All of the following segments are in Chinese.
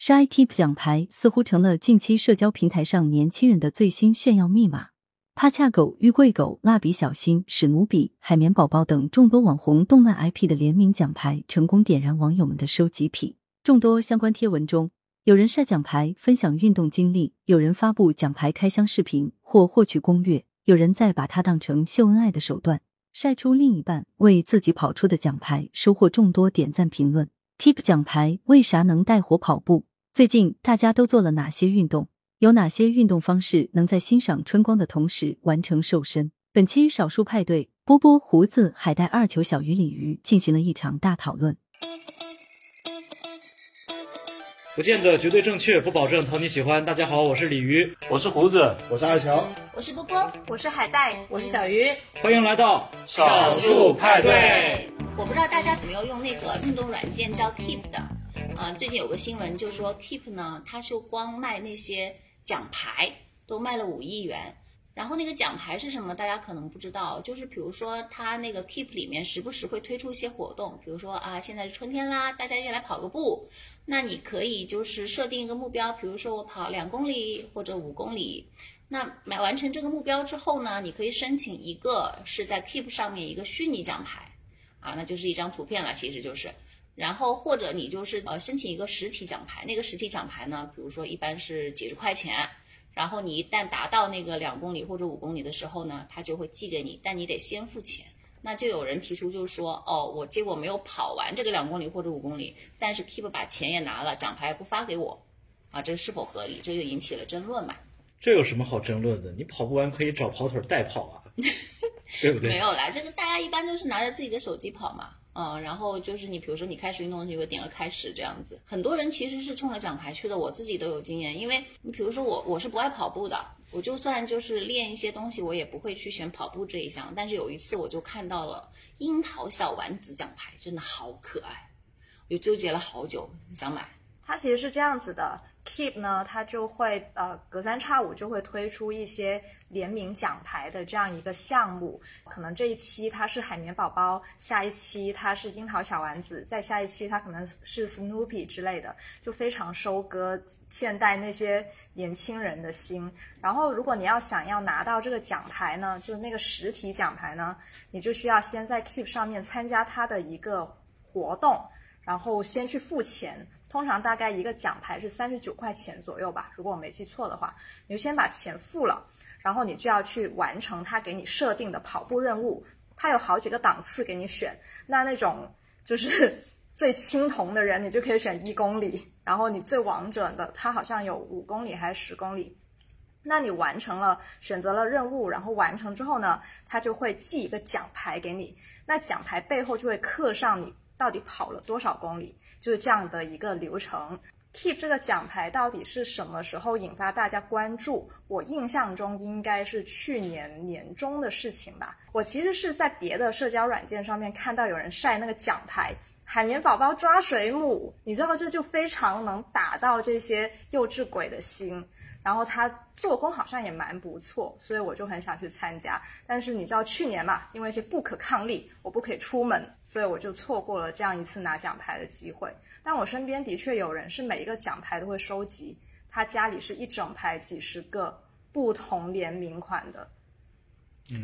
“Shy Keep” 奖牌似乎成了近期社交平台上年轻人的最新炫耀密码。趴恰狗、玉桂狗、蜡笔小新、史努比、海绵宝宝等众多网红动漫 IP 的联名奖牌，成功点燃网友们的收集癖。众多相关贴文中，有人晒奖牌分享运动经历，有人发布奖牌开箱视频或获取攻略，有人在把它当成秀恩爱的手段，晒出另一半为自己跑出的奖牌，收获众多点赞评论。Keep 奖牌为啥能带火跑步？最近大家都做了哪些运动？有哪些运动方式能在欣赏春光的同时完成瘦身？本期少数派对，波波、胡子、海带、二球、小鱼、鲤鱼进行了一场大讨论。不见得绝对正确，不保证讨你喜欢。大家好，我是鲤鱼，我是胡子，我是二乔，我是波波，我是海带，我是小鱼。欢迎来到少数派对。我不知道大家有没有用那个运动软件叫 Keep 的，呃，最近有个新闻就说 Keep 呢，它就光卖那些奖牌都卖了五亿元。然后那个奖牌是什么？大家可能不知道，就是比如说它那个 Keep 里面时不时会推出一些活动，比如说啊，现在是春天啦，大家一起来跑个步。那你可以就是设定一个目标，比如说我跑两公里或者五公里。那买完成这个目标之后呢，你可以申请一个是在 Keep 上面一个虚拟奖牌，啊，那就是一张图片了，其实就是。然后或者你就是呃申请一个实体奖牌，那个实体奖牌呢，比如说一般是几十块钱。然后你一旦达到那个两公里或者五公里的时候呢，他就会寄给你，但你得先付钱。那就有人提出就是说，哦，我结果没有跑完这个两公里或者五公里，但是 Keep 把钱也拿了，奖牌也不发给我，啊，这是否合理？这就引起了争论嘛。这有什么好争论的？你跑不完可以找跑腿代跑 啊，对不对？没有啦，就是大家一般都是拿着自己的手机跑嘛，嗯，然后就是你比如说你开始运动的时候点个开始这样子，很多人其实是冲着奖牌去的，我自己都有经验，因为你比如说我我是不爱跑步的，我就算就是练一些东西，我也不会去选跑步这一项，但是有一次我就看到了樱桃小丸子奖牌，真的好可爱，我就纠结了好久想买。它其实是这样子的，Keep 呢，它就会呃隔三差五就会推出一些联名奖牌的这样一个项目，可能这一期它是海绵宝宝，下一期它是樱桃小丸子，再下一期它可能是 Snoopy 之类的，就非常收割现代那些年轻人的心。然后如果你要想要拿到这个奖牌呢，就那个实体奖牌呢，你就需要先在 Keep 上面参加它的一个活动，然后先去付钱。通常大概一个奖牌是三十九块钱左右吧，如果我没记错的话，你就先把钱付了，然后你就要去完成他给你设定的跑步任务。它有好几个档次给你选，那那种就是 最青铜的人，你就可以选一公里，然后你最王者的，他好像有五公里还是十公里。那你完成了选择了任务，然后完成之后呢，他就会寄一个奖牌给你，那奖牌背后就会刻上你。到底跑了多少公里？就是这样的一个流程。Keep 这个奖牌到底是什么时候引发大家关注？我印象中应该是去年年中的事情吧。我其实是在别的社交软件上面看到有人晒那个奖牌，海绵宝宝抓水母，你知道这就非常能打到这些幼稚鬼的心。然后它做工好像也蛮不错，所以我就很想去参加。但是你知道去年嘛，因为一些不可抗力，我不可以出门，所以我就错过了这样一次拿奖牌的机会。但我身边的确有人是每一个奖牌都会收集，他家里是一整排几十个不同联名款的，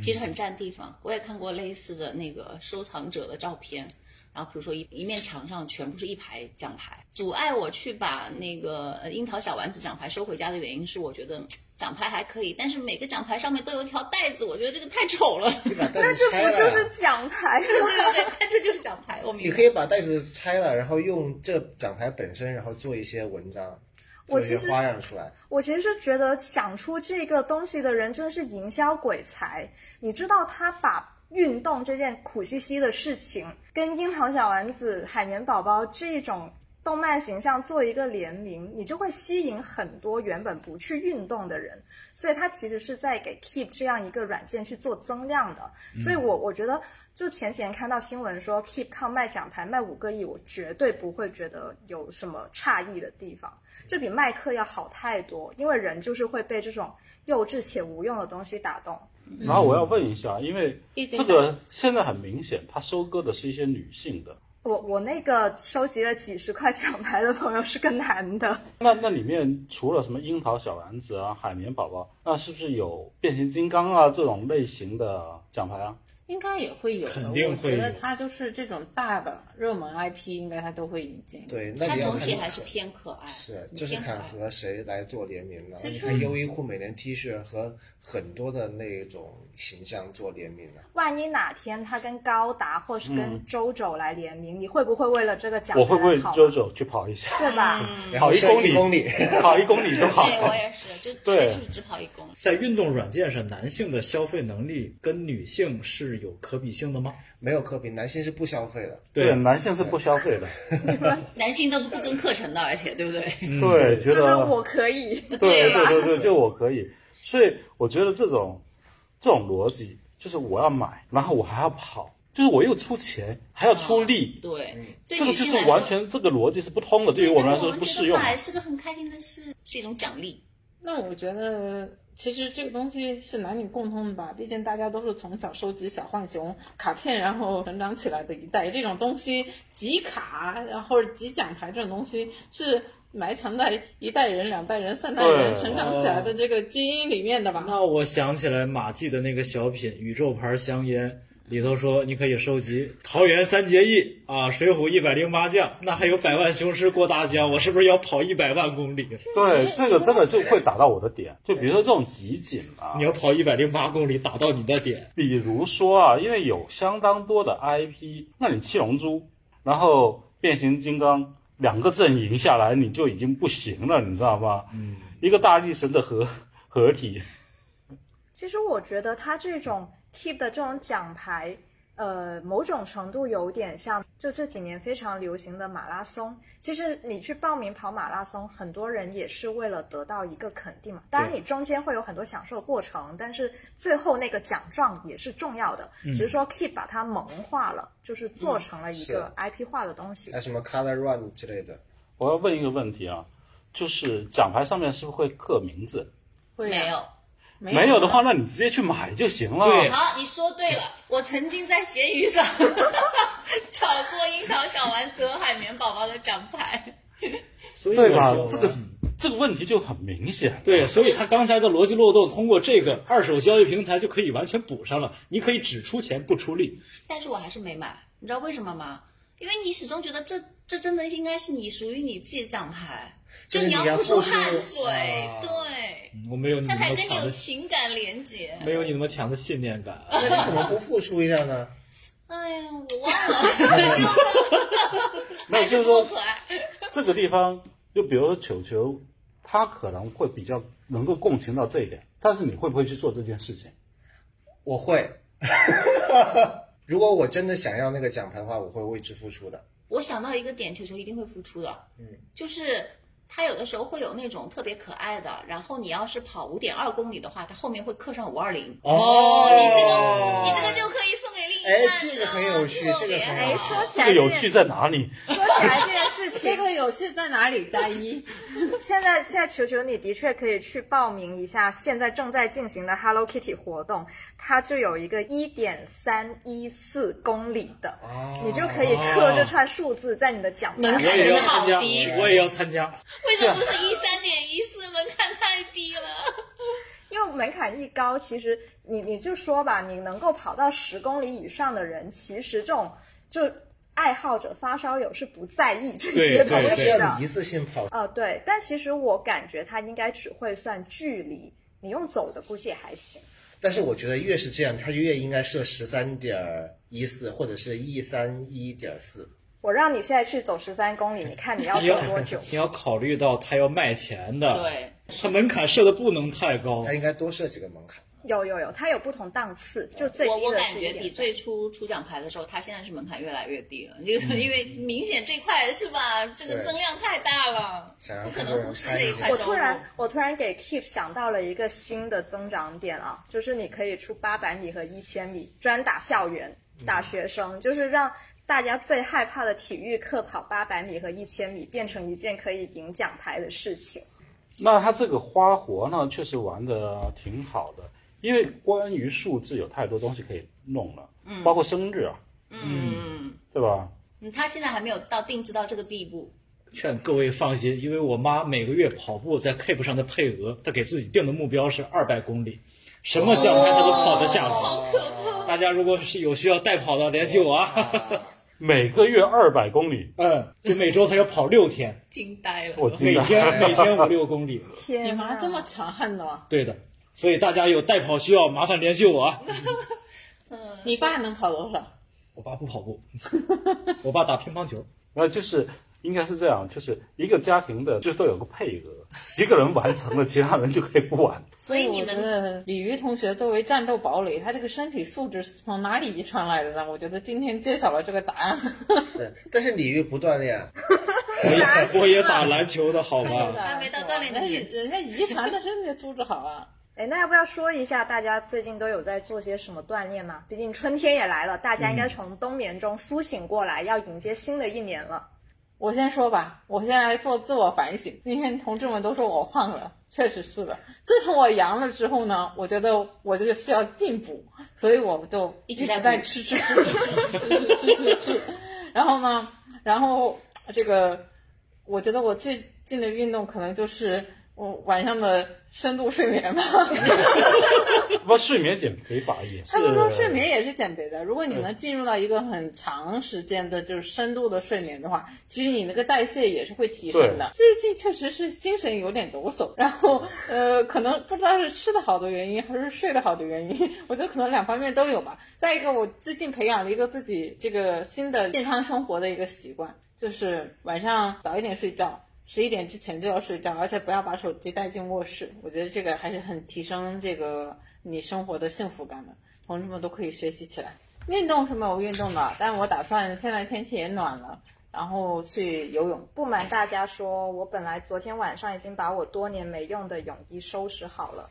其实很占地方。我也看过类似的那个收藏者的照片。然后比如说一一面墙上全部是一排奖牌，阻碍我去把那个呃樱桃小丸子奖牌收回家的原因是，我觉得奖牌还可以，但是每个奖牌上面都有一条带子，我觉得这个太丑了。 你把袋那子这拆不了，就是奖牌吗？对对对，但这就是奖牌，我你明可白。以把袋子拆了，然后用这奖牌本身，然后做一些文章，做我一些其实花样出来。我其实是觉得想出这个东西的人真是营销鬼才。你知道他把运动这件苦兮兮的事情，跟樱桃小丸子、海绵宝宝这种动漫形象做一个联名，你就会吸引很多原本不去运动的人。所以它其实是在给 Keep 这样一个软件去做增量的。所以我我觉得，就前几天看到新闻说 Keep 靠卖奖牌卖五个亿，我绝对不会觉得有什么诧异的地方。这比卖课要好太多，因为人就是会被这种幼稚且无用的东西打动。然后我要问一下，因为毕竟这个现在很明显，它收割的是一些女性的。我我那个收集了几十块奖牌的朋友是个男的，那那里面除了什么樱桃小丸子啊、海绵宝宝，那是不是有变形金刚啊这种类型的奖牌啊？应该也会有的。肯定会我觉有得它就是这种大的热门 IP，应该它都会引进。，对，那它你要总体看还是偏可爱，是，你就是偏可看爱。和谁来做联名了。其你实看优衣库每年 T 恤和很多的那种形象做联名了。万一哪天他跟高达或是跟嗯周周来联名，你会不会为了这个奖牌我会不会跑啊周周去跑一下？对吧？嗯然 跑后一剩公里，一公里，跑一公里都好。对我也是，就对就是只跑一公里。在运动软件上，男性的消费能力跟女性是有可比性的吗？没有科比，男性是不消费的。对，男性是不消费的。男性都是不跟课程的，而且对不对？对，觉就得是我可以，对吧？对对，就我可以。所以我觉得这种这种逻辑，就是我要买，然后我还要跑，就是我又出钱，还要出力，对，对嗯这个女就性是来说完全这个逻辑是不通的，对于我们来说是不适用但我们觉得的买。是个很开心的事，是一种奖励。那我觉得其实这个东西是男女共通的吧，毕竟大家都是从小收集小浣熊卡片，然后成长起来的一代。这种东西集卡，然后集奖牌这种东西是埋藏在一代人、两代人、三代人对成长起来的这个基因里面的吧。那我想起来马季的那个小品《宇宙牌香烟》里头说，你可以收集桃园三结义啊，《水浒》一百零八将，那还有百万雄师郭达纲，我是不是要跑一百万公里？对，这个真的就会打到我的点。就比如说这种集锦啊你，要跑一百零八公里打到你的点，比如说啊，因为有相当多的 IP，那你七龙珠，然后变形金刚两个阵营下来，你就已经不行了，你知道吗？嗯，一个大力神的合合体，其实我觉得他这种 keep 的这种奖牌，呃，某种程度有点像就这几年非常流行的马拉松。其实你去报名跑马拉松，很多人也是为了得到一个肯定嘛。当然，你中间会有很多享受的过程，但是最后那个奖状也是重要的。嗯只是说 keep 把它萌化了，就是做成了一个是哎 IP 化的东西。还有什么 Color Run 之类的，我要问一个问题啊，就是奖牌上面是不是会刻名字？会啊没有，没没有的话，那你直接去买就行了。对好，你说对了，我曾经在闲鱼 上找过樱桃小丸子和海绵宝宝的奖牌。所以对吧嗯我说？这个这个问题就很明显。对，所以他刚才的逻辑漏洞，通过这个二手交易平台就可以完全补上了。你可以只出钱不出力，但是我还是没买，你知道为什么吗？因为你始终觉得这这真的应该是你属于你自己的奖牌，就是是你要要付付出出汗水，啊对，嗯我没有你它那才么跟你强有哦的，情感连接。没有你那么强的信念感。那你怎么不付出一下呢？哎呀，我忘了，就那也就是多说，可爱。这个地方，就比如说球球，他可能会比较能够共情到这一点，但是你会不会去做这件事情？我会。 如果我真的想要那个奖牌的话，我会为之付出的。我想到一个点，球球一定会付出的，嗯，就是他有的时候会有那种特别可爱的，然后你要是跑五点二公里的话，他后面会刻上五二零，哦你这个你这个就可以送给另一半了，哎这个很有趣特别这个很好有哎，趣说起这来个这有件趣在哪里？说起来这件事情这，个有趣在哪里？加一， 现在现在球球，你的确可以去报名一下现在正在进行的 Hello Kitty 活动，它就有一个一点三一四公里的，哦你就可以刻这串数字在你的奖牌门我槛也真要的参好加，低，我也要参加。为什么不是一三点一四？门槛太低了。因为门槛一高，其实你你就说吧，你能够跑到十公里以上的人，其实这种就爱好者发烧友是不在意这些对东它西是的。要你一次性跑。呃，对，但其实我感觉它应该只会算距离，你用走的估计也还行。但是我觉得越是这样，它越应该设十三点一四或者是一三一点四。我让你现在去走十三公里，你看你要你要走多 ？久你要考虑到他要卖钱的，，对，他门槛设的不能太高哎它。应该多设几个门槛。有有有，它有不同档次，就最我低我的感是觉一比点。最初出奖牌的时候，他现在是门槛越来越低了，就是因为明显这块是吧，这个对增量太大了，想让不可更多能人忽视参这与一块我收突入。然，我突然给 Keep 想到了一个新的增长点啊，就是你可以出八百米和一千米，专打校园、打学生，就是让大家最害怕的体育课跑八百米和一千米变成一件可以赢奖牌的事情。那他这个花活呢，确实玩的挺好的，因为关于数字有太多东西可以弄了，嗯包括生日啊，嗯，对吧？嗯，他现在还没有到定制到这个地步。劝各位放心，因为我妈每个月跑步在 Keep 上的配额，她给自己定的目标是二百公里，什么奖牌她都跑得下来。哦大家如果是有需要代跑的，联系我啊。每个月二百公里，嗯，就每周她要跑六 天，惊呆了，我记每得 天每天五六公里。天你哪，哎妈这么强悍呢？对的，所以大家有代跑需要，麻烦联系我啊。嗯，你爸能跑多少？我爸不跑步，我爸打乒乓球。然后就是应该是这样，就是一个家庭的最多有个配额，一个人完成了，其他人就可以不 玩。所以你我觉们得鲤鱼同学作为战斗堡垒，他这个身体素质是从哪里遗传来的呢？我觉得今天揭晓了这个答案。是，但是鲤鱼不锻炼，啊我也我也打篮球的好 哎吗？呀还没到锻炼的人年纪人家遗传的身体素质好啊。哎，那要不要说一下大家最近都有在做些什么锻炼吗？毕竟春天也来了，大嗯家应该从冬眠中苏醒过来，要迎接新的一年了。我先说吧，我先来做自我反省。今天同志们都说我胖了，确实是的。自从我阳了之后呢，我觉得我就是需要进补，所以我就一一直直在在吃吃吃吃吃吃吃吃吃。然后呢，然后这个，我觉得我最近的运动可能就是我晚上的深度睡眠吧。不，睡眠减肥法也是。他们说睡眠也是减肥的，如果你能进入到一个很长时间的，就是深度的睡眠的话，其实你那个代谢也是会提升的。最近确实是精神有点抖擞， 然后呃，可能不知道是吃的好的原因还是睡得好的原因， 我觉得可能两方面都有吧。再一个，我最近培养了一个自己这个新的健康生活的一个习惯，就是晚上早一点睡觉。十一点之前就要睡觉，而且不要把手机带进卧室。我觉得这个还是很提升这个你生活的幸福感的。同志们都可以学习起来。运动是没有运动的，但我打算现在天气也暖了，然后去游泳。不瞒大家说，我本来昨天晚上已经把我多年没用的泳衣收拾好了，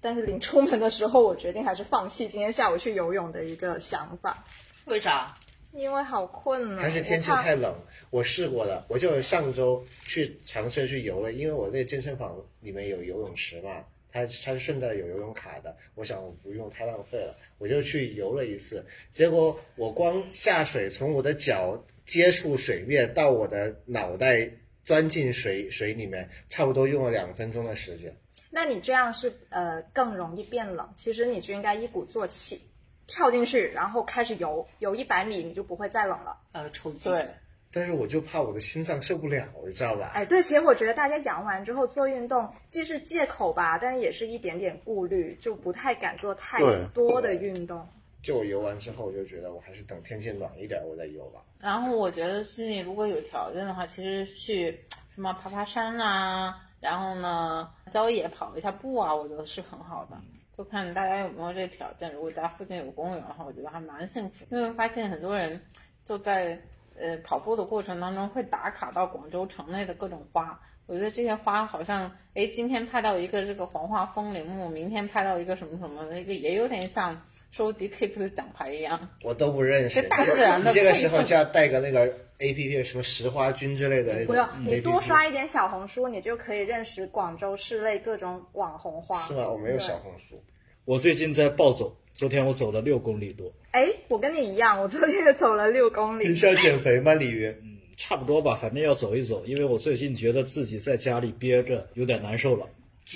但是临出门的时候，我决定还是放弃今天下午去游泳的一个想法，为啥？因为好困啊，还是天气我怕太冷。我试过了，我就上周去尝试去游了，因为我那健身房里面有游泳池嘛，它它是顺带有游泳卡的。我想我不用太浪费了，我就去游了一次。结果我光下水，从我的脚接触水面到我的脑袋钻进水水里面，差不多用了两分钟的时间。那你这样是呃更容易变冷。其实你就应该一鼓作气，跳进去，然后开始游，游一百米你就不会再冷了。呃，抽筋。对，但是我就怕我的心脏受不了，你知道吧？哎，对，其实我觉得大家阳完之后做运动，既是借口吧，但也是一点点顾虑，就不太敢做太对多的运动。就我游完之后，我就觉得我还是等天气暖一点我再游吧。然后我觉得自己如果有条件的话，其实去什么爬爬山啊，然后呢郊野跑一下步啊，我觉得是很好的。就看大家有没有这个条件。如果大家附近有公园的话，我觉得还蛮幸福，因为发现很多人就在呃跑步的过程当中会打卡到广州城内的各种花。我觉得这些花好像，哎，今天拍到一个这个黄花风铃木，明天拍到一个什么什么的，那个也有点像收集 Keep 的奖牌一样。我都不认识。这大自然的你这个馈赠时候就要带个那个 A P P，什么石花君之类的那种不用 APP。，你多刷一点小红书，你就可以认识广州市内各种网红花。是吗？我没有对小红书。我最近在暴走，昨天我走了六公里多，哎，我跟你一样，我昨天也走了六公里你。是要减肥吗，鲤鱼？差不多吧，反正要走一走，因为我最近觉得自己在家里憋着有点难受了。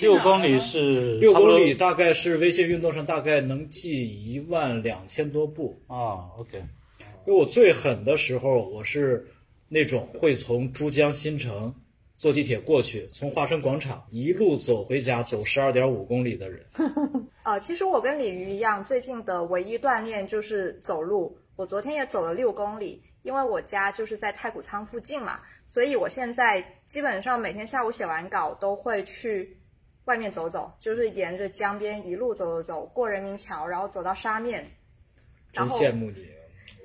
六公里是六公里差大概是微信运动上大概能记一万两千多步。不多啊，OK，因为我最狠的时候，我是那种会从珠江新城坐地铁过去，从华盛广场一路走回家，走十二点五公里的人。呃，其实我跟鲤鱼一样，最近的唯一锻炼就是走路。我昨天也走了六公里，因为我家就是在太谷仓附近嘛，所以我现在基本上每天下午写完稿都会去外面走走，就是沿着江边一路走走走，过人民桥，然后走到沙面。真然后羡慕你，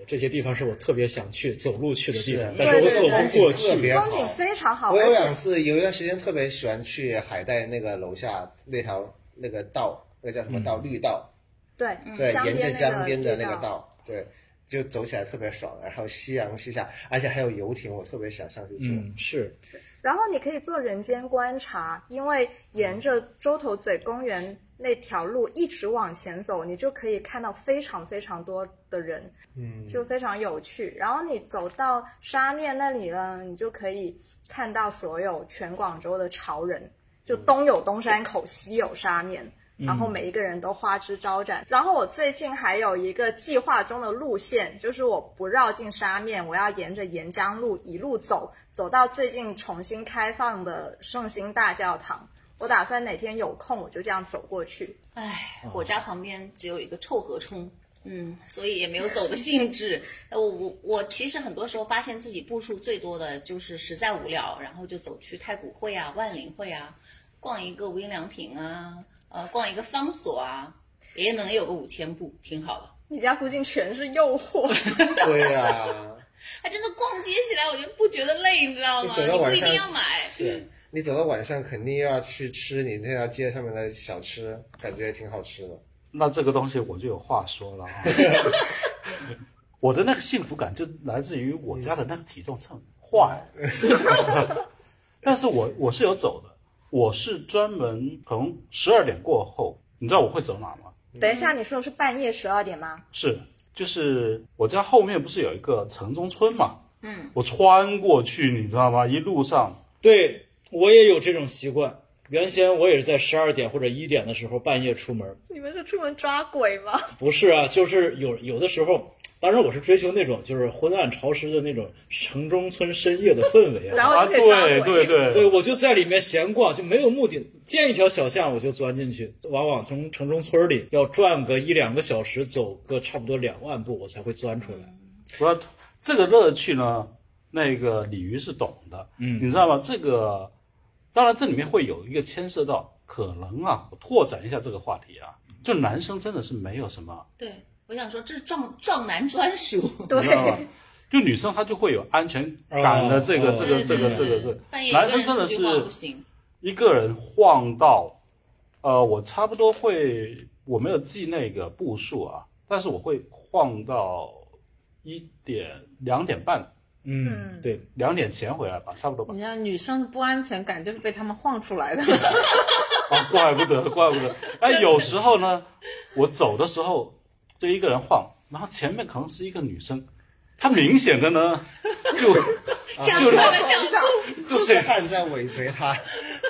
我这些地方是我特别想去走路去的地方是，啊但是我走对对不对过特别去。好风景非常好，我有而两且次有一段时间特别喜欢去海带那个楼下那条那个道，那个叫什嗯么道？绿道。对嗯对，江沿着边江边的那个个地道。道，对，就走起来特别爽。然后夕阳西下，而且还有游艇，我特别想上去坐。嗯，是然后你可以做人间观察，因为沿着洲头嘴公园那条路一直往前走，你就可以看到非常非常多的人，嗯，就非常有趣。然后你走到沙面那里呢，你就可以看到所有全广州的潮人，就东有东山口，西有沙面。然后每一个人都花枝招展。然后我最近还有一个计划中的路线，就是我不绕进沙面，我要沿着沿江路一路走，走到最近重新开放的圣心大教堂。我打算哪天有空，我就这样走过去。唉，嗯我家旁边只有一个臭河冲，嗯，所以也没有走的兴致。 呃我我我其实很多时候发现自己步数最多的就是实在无聊，然后就走去太古汇啊、万林汇啊，逛一个无印良品啊，呃，逛一个方所啊，也能有个五千步，挺好的。你家附近全是诱惑，对呀，啊，真的逛街起来我就不觉得累，你知道哎吗？你走到你不晚一上定要买。是你走到晚上肯定要去吃你那条街上面的小吃，感觉挺好吃的。那这个东西我就有话 说了、啊。我的那个幸福感就来自于我家的那个体重秤嗯坏了， 但是我我是有走的，我是专门从十二点过后，你知道我会走哪吗？等一下，你说的是半夜十二点吗？是，就是我家后面不是有一个城中村嘛，嗯，我穿过去，你知道吗？一路上对我也有这种习惯。原先我也是在十二点或者一点的时候半夜出门，你们是出门抓鬼吗？不是啊，就是有有的时候，当然我是追求那种就是昏暗潮湿的那种城中村深夜的氛围然啊。后啊，你可以抓对鬼。对对呃对，我就在里面闲逛，就没有目的，见一条小巷我就钻进去，往往从城中村里要转个一两个小时，走个差不多两万步，我才会钻出来。我要这个乐趣呢，那个鲤鱼是懂的，嗯你知道吗？这个当然这里面会有一个牵涉到可能啊，我拓展一下这个话题啊，就男生真的是没有什么，对，我想说这是壮壮男专属。你知道吗对，？就女生她就会有安全感的这个哦这对个这对个对这个对这个， 半夜一男个生人真的出去晃是不行。一个人晃到，呃，我差不多会，我没有记那个步数啊，但是我会晃到一点两点半嗯，对，两点前回来吧，差不多吧你。像女生的不安全感就是被他们晃 出来的。 啊，怪不得，怪不得。哎，有时候呢，我走的时候就一个人晃，然后前面可能是一个女生，她明显的呢，就啊讲就出是来 了，讲出来了。痴汉在尾随他，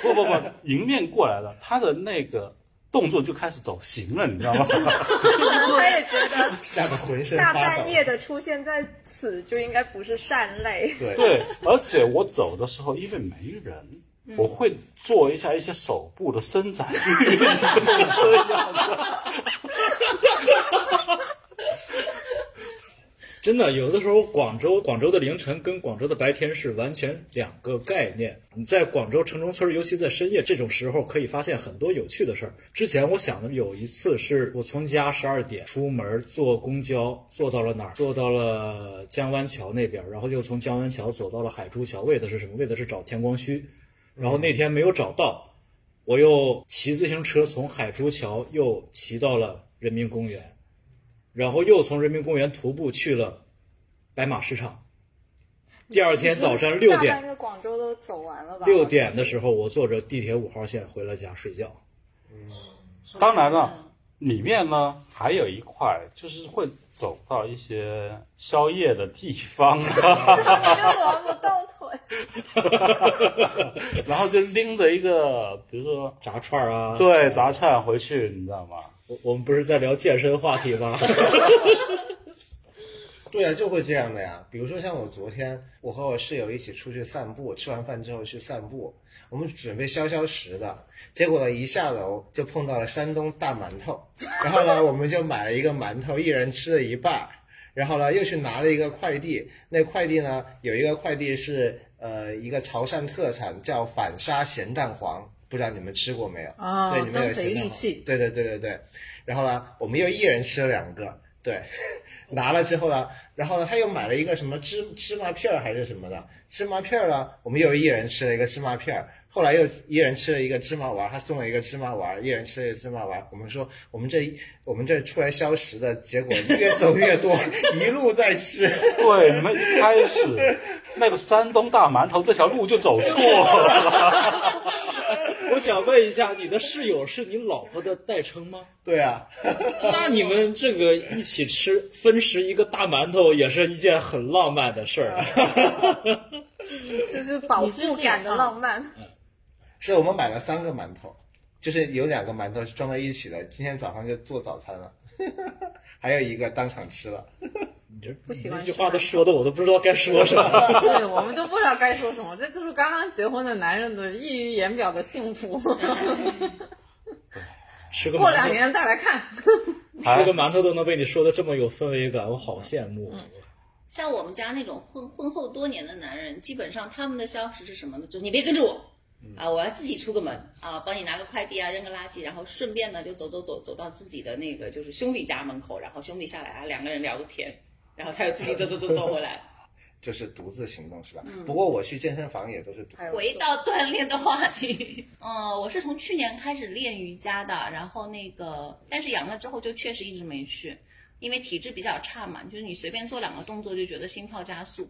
不不不，迎面过来了，她的那个动作就开始走形了，你知道吗？ 可能他也觉得吓得浑身大发抖。半夜的出现在此就应该不是善类。对，对，而且我走的时候，因为没人，我会做一下一些手部的伸展 这样子真的，有的时候广州广州的凌晨跟广州的白天是完全两个概念。你在广州城中村，尤其在深夜这种时候，可以发现很多有趣的事儿。之前我想的有一次是我从家十二点出门坐公交，坐到了哪儿？坐到了江湾桥那边，然后又从江湾桥走到了海珠桥，为的是什么？为的是找天光墟。然后那天没有找到，我又骑自行车从海珠桥又骑到了人民公园。然后又从人民公园徒步去了白马市场。第二天早上六大半点个广州都走完了吧？六点的时候，我坐着地铁五号线回了家睡觉。当然了，里面呢还有一块，就是会走到一些宵夜的地方啊，你就挪不动腿。 然后就拎着一个，比如说炸串儿啊，对炸串回去，你知道 吗？我我们不是在聊健身话题吗？ 对啊，就会这样的呀。比如说像我昨天，我和我室友一起出去散步，吃完饭之后去散步，我们准备消消食的，结果呢一下楼就碰到了山东大馒头， 然后呢我们就买了一个馒头，一人吃了一半儿，然后呢又去拿了一个快递，那快递呢有一个快递是呃一个潮汕特产叫反沙咸蛋黄，不知道你们吃过没有？啊对，你，们有东咸北蛋利黄 器，对对对对对，然后呢，我们又一人吃了两个，对， 拿了之后呢，然后呢，他又买了一个什么芝芝麻片儿还是什么的，芝麻片儿呢，我们又一人吃了一个芝麻片儿，后来又一人吃了一个芝麻丸儿，他送了一个芝麻丸儿，一人吃了一个芝麻丸儿。我们说我们这我们这出来消食的，结果越走越多， 一路在吃。对，你们一开 始那个山东大馒头这条路就走错了，我想问一下，你的室友是你老婆的代称吗？对啊，那你们这个一起吃分食一个大馒头，也是一件很浪漫的事儿啊。就是饱腹感的浪漫。 是我们买了三个馒头，就是有两个馒头是装在一起的，今天早上就做早餐了， 还有一个当场吃了。你这不喜欢你这吃句话都说的我都不知道该说什么。 对我们都不知道该说什么，这就是刚刚结婚的男人的溢于言表的 幸福。吃个过馒两头，年再来看。吃个馒头都能被你说的这么有氛围感，我好羡慕。啊嗯像我们家那种婚婚后多年的男人，基本上他们的消食是什么呢？就是你别跟着我嗯啊，我要自己出个门啊，帮你拿个快递啊，扔个垃圾，然后顺便呢就走走走走到自己的那个就是兄弟家门口，然后兄弟下来啊，两个人聊个天，然后他又自己走走走走回来。就是独自行动是吧？嗯哎不过我去健身房也都是独还有回到锻炼的话题，嗯，我是从去年开始练瑜伽的，然后那个，但是阳了之后就确实一直没去，因为体质比较差嘛，就是你随便做两个动作就觉得心跳加速，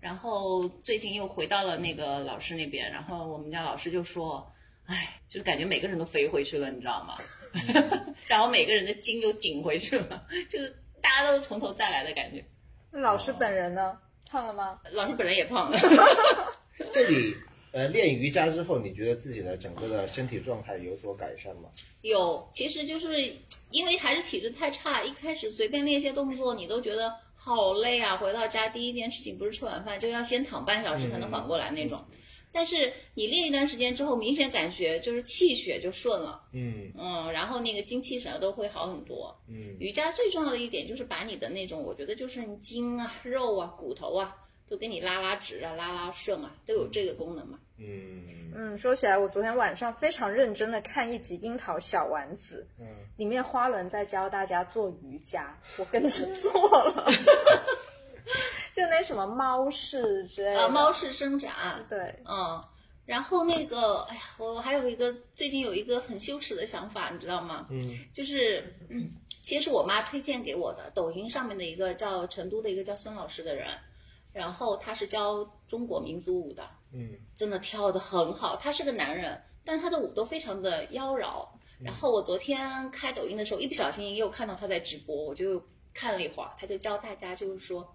然后最近又回到了那个老师那边，然后我们家老师就说，哎，就是感觉每个人都飞回去了，你知道吗？ 然后每个人的筋又紧回去了，就是大家都是从头再来的感觉。那老师本人呢？胖哦了吗？老师本人也胖了。这里呃练瑜伽之后，你觉得自己的整个的身体状态有所改善吗？有，其实就是因为还是体质太差，一开始随便练一些动作，你都觉得好累啊。回到家第一件事情不是吃晚饭，就要先躺半小时才能缓过来那种。但是你练一段时间之后，明显感觉就是气血就顺了，嗯嗯，然后那个精气神都会好很多。嗯瑜伽最重要的一点就是把你的那种，我觉得就是你筋啊、肉啊、骨头啊，都给你拉拉直啊、拉拉顺啊，都有这个功能嘛。嗯嗯，说起来，我昨天晚上非常认真的看一集《樱桃小丸子》，嗯，里面花轮在教大家做瑜伽，我跟着做了， 就那什么猫式之类的。呃，猫式伸展，对，嗯，然后那个，哎呀，我还有一个最近有一个很羞耻的想法，你知道吗？嗯，就是，嗯，其实是我妈推荐给我的，抖音上面的一个叫成都的一个叫孙老师的人，然后他是教中国民族舞的，嗯真的跳得很好。他是个男人，但是他的舞都非常的妖娆。然后我昨天开抖音的时候，一不小心又看到他在直播，我就看了一会儿，他就教大家就是说，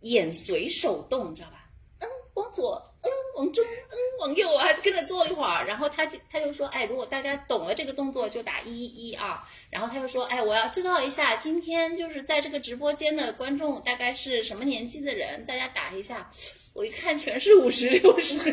眼随手动，你知道吧？嗯，往左，嗯，往中，嗯，往右，我还跟着做了一会儿。然后他就他就说，哎，如果大家懂了这个动作，就打一一一啊。然后他就说，哎，我要知道一下，今天就是在这个直播间的观众大概是什么年纪的人，大家打一下。我一看全是五十六十，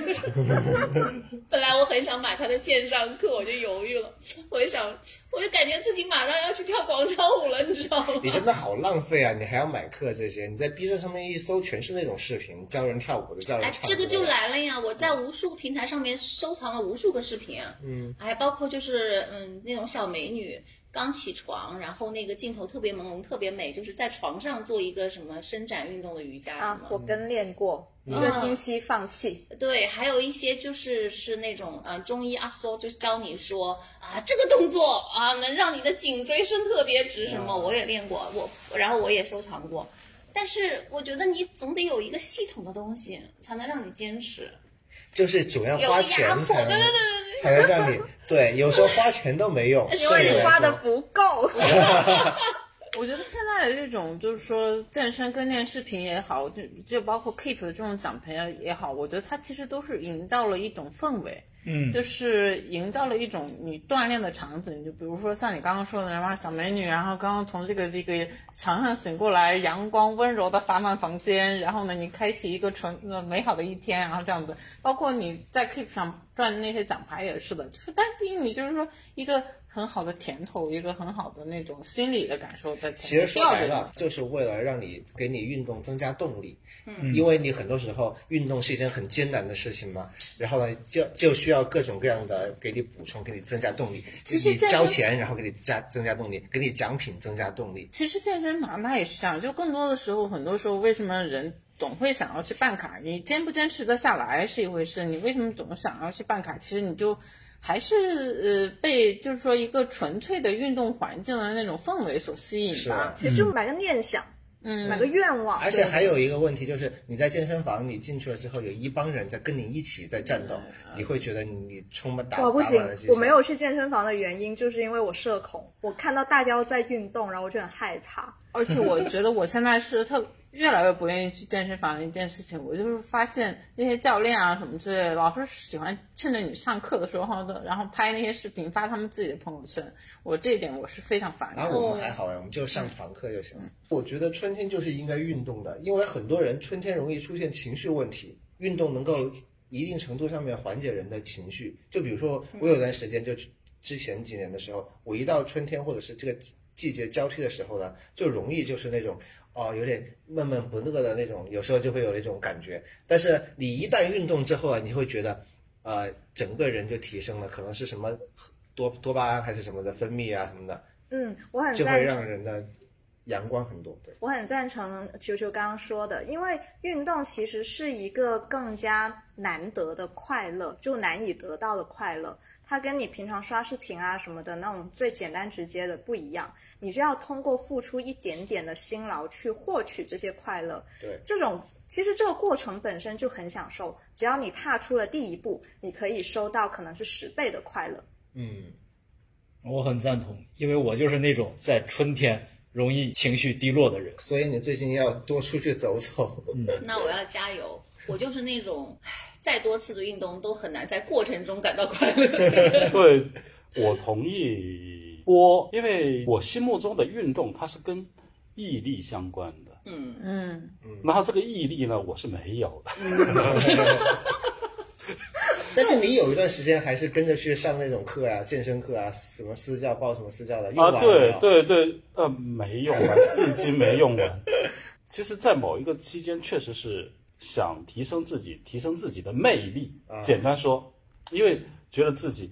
本来我很想买他的线上课，我就犹豫了。我就想，我就感觉自己马上要去跳广场舞了，你知道吗？你真的好浪费啊！你还要买课这些，你在 B 站上面一搜，全是那种视频，教人跳舞的，教人哎唱，歌的。这个就来了呀！我在无数个平台上面收藏了无数个视频，嗯哎，包括就是嗯那种小美女刚起床，然后那个镜头特别朦胧，特别美，就是在床上做一个什么伸展运动的瑜嗯伽什啊么，，我跟练过，一个星期放弃。对，还有一些就是是那种呃中医阿说，就是教你说啊这个动作啊能让你的颈椎伸特别直什么，我也练过，我然后我也收藏过，但是我觉得你总得有一个系统的东西才能让你坚持。就是主要有花钱压迫，才对能对对对对。才能让 你对，有时候花钱都没用，因为你花的不够，嗯我觉得现在的这种就是说健身跟练视频也好，就就包括 Keep 的这种奖牌啊也好，我觉得它其实都是营造了一种氛围，嗯，就是营造了一种你锻炼的场景。就比如说像你刚刚说的，然后小美女，啊然后刚刚从这个这个床上醒过来，阳光温柔的洒满房间，然后呢，你开启一个纯呃美好的一天，然后这样子。包括你在 Keep 上赚的那些奖牌也是的，就是单给你就是说一个很好的甜头，一个很好的那种心理的感受在前其实面说吊白着了你。，就是为了让你给你运动增加动力，嗯因为你很多时候运动是一件很艰难的事情嘛，然后呢，就就需要各种各样的给你补充，给你增加动力。其实你这样交钱，然后给你加增加动力，给你奖品增加动力。其实健身房它也是这样，就更多的时候，很多时候为什么人总会想要去办卡？你坚不坚持得下来是一回事，你为什么总想要去办卡？其实你就还是呃被就是说一个纯粹的运动环境的那种氛围所吸引是吧。啊其实就买个念想，嗯，买个愿望，而且还有一个问题就是，你在健身房你进去了之后，有一帮人在跟你一起在战斗，嗯你会觉得你你充满打我不打行满了激，情。我没有去健身房的原因就是因为我社恐，我看到大家都在运动，然后我就很害怕。而且我觉得我现在是特越来越不愿意去健身房的一件事情，我就是发现那些教练啊什么之类的，老是喜欢趁着你上课的时候的，然后拍那些视频发他们自己的朋友圈，我这一点我是非常反然感后嗯的。我们还好哎，我们就上团课就行了。我觉得春天就是应该运动的，因为很多人春天容易出现情绪问题，运动能够一定程度上面缓解人的情绪。就比如说，我有段时间就之前几年的时候，我一到春天或者是这个季节交替的时候呢，就容易就是那种。哦，有点闷闷不乐的那种，有时候就会有那种感觉。但是你一旦运动之后啊，你会觉得，呃，整个人就提升了，可能是什么多多巴胺还是什么的分泌啊什么的，嗯，我很就会赞让成，人的阳光很多。对，我很赞成球球刚刚说的，因为运动其实是一个更加难得的快乐，就难以得到的快乐。它跟你平常刷视频啊什么的那种最简单直接的不一样，你是要通过付出一点点的辛劳去获取这些快乐。对这种其实这个过程本身就很享受，只要你踏出了第一步，你可以收到可能是十倍的快乐。嗯，我很赞同，因为我就是那种在春天容易情绪低落的人。所以你最近要多出去走走。那我要加油！我就是那种，唉再多次的运动都很难在过程中感到快乐。哎对，我同意波，因为我心目中的运动它是跟毅力相关的，嗯，嗯，那它这个毅力呢，我是没有的。但是你有一段时间还是跟着去上那种课啊，健身课啊，什么私教报什么私教的，用啊，完对了没有对对，呃，没用 完，至今没用完。其实，在某一个期间，确实是想提升自己，提升自己的魅力。啊简单说，因为觉得自己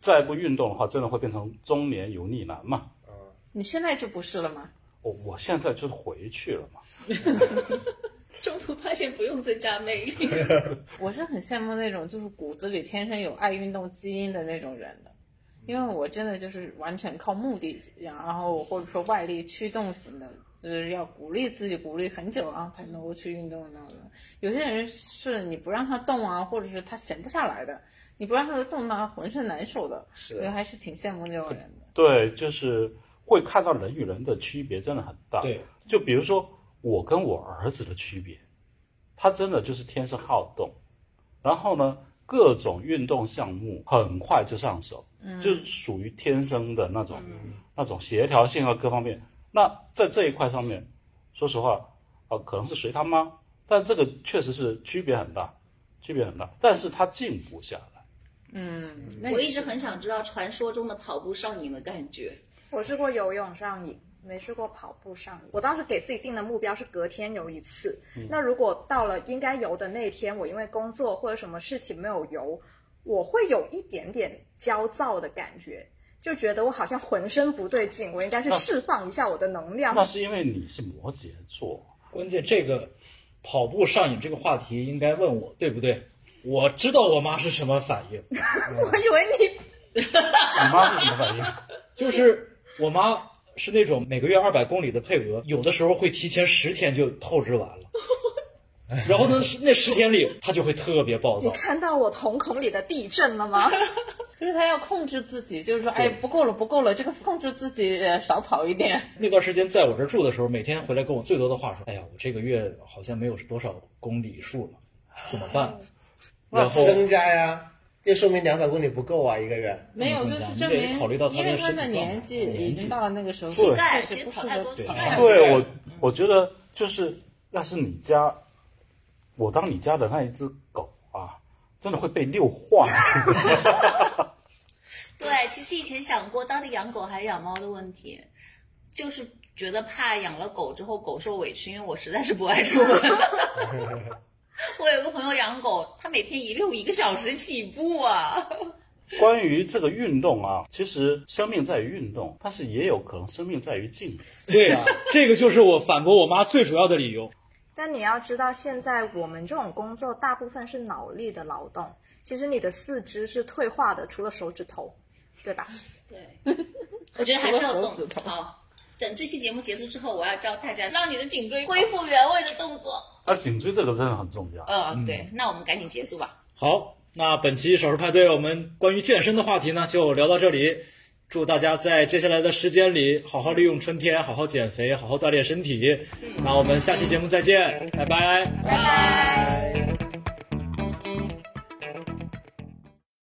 再不运动的话，真的会变成中年油腻男嘛。嗯你现在就不是了吗？我我现在就是回去了嘛。中途发现不用增加魅力。我是很羡慕那种就是骨子里天生有爱运动基因的那种人的，因为我真的就是完全靠目的，然后或者说外力驱动型的，就是要鼓励自己鼓励很久啊才能够去运动的那种人。有些人是你不让他动啊，或者是他闲不下来的，你不让他动他浑身难受的，是所以还是挺羡慕这种人的。对，就是会看到人与人的区别真的很大。对，就比如说我跟我儿子的区别，他真的就是天生好动，然后呢，各种运动项目很快就上手，嗯，就是属于天生的那种、嗯那种协调性啊各方面。那在这一块上面，说实话，啊，可能是随他妈，但这个确实是区别很大，区别很大，但是他进步下来。嗯，那我一直很想知道传说中的跑步少女的感觉。我试过游泳上瘾，没试过跑步上瘾。我当时给自己定的目标是隔天游一次。那如果到了应该游的那一天，我因为工作或者什么事情没有游，我会有一点点焦躁的感觉，就觉得我好像浑身不对劲，我应该去释放一下我的能量。那是因为你是摩羯座，关键这个跑步上瘾这个话题应该问我对不对？我知道我妈是什么反应，我以为你你妈是什么反应？就是我妈是那种每个月二百公里的配额，有的时候会提前十天就透支完 了。然后呢，是那十天里她就会特别暴你躁，看到我瞳孔里的地震了吗？ 就是他要控制自己，就是说，哎，对不够了，不够了，这个控制自己呃少跑一点。那段时间在我这儿住的时候，每天回来跟我最多的话说：“哎呀，我这个月好像没有多少公里数了，怎么办？”然后增加呀，就说明两百公里不够啊，一个月。没有，就是证你明得考虑到，他因的为他身体的状年态纪年已纪经到了那个时候，膝盖其确实实不适跑太合多跑膝盖步是对我，我觉得就是要是你家，我当你家的那一只狗啊，真的会被遛坏。对，其实以前想过，到底养狗还是养猫的问题，就是觉得怕养了狗之后狗受委屈，因为我实在是不爱出门。 我有个朋友养狗，他每天一遛一个小时起步啊。关于这个运动啊，其实生命在于运动，但是也有可能生命在于静。对啊，这个就是我反驳我妈最主要的理由。但你要知道，现在我们这种工作大部分是脑力的劳动，其实你的四肢是退化的，除了手指头，对吧？ 对，我觉得还是要除了手动指头。好，等这期节目结束之后，我要教大家让你的颈椎恢复原位的动作。而颈椎这个真的很重要。嗯，对，那我们赶紧结束吧。好，那本期少数派对我们关于健身的话题呢，就聊到这里。祝大家在接下来的时间里，好好利用春天，好好减肥，好好锻炼身体。那我们下期节目再见，拜拜。拜拜。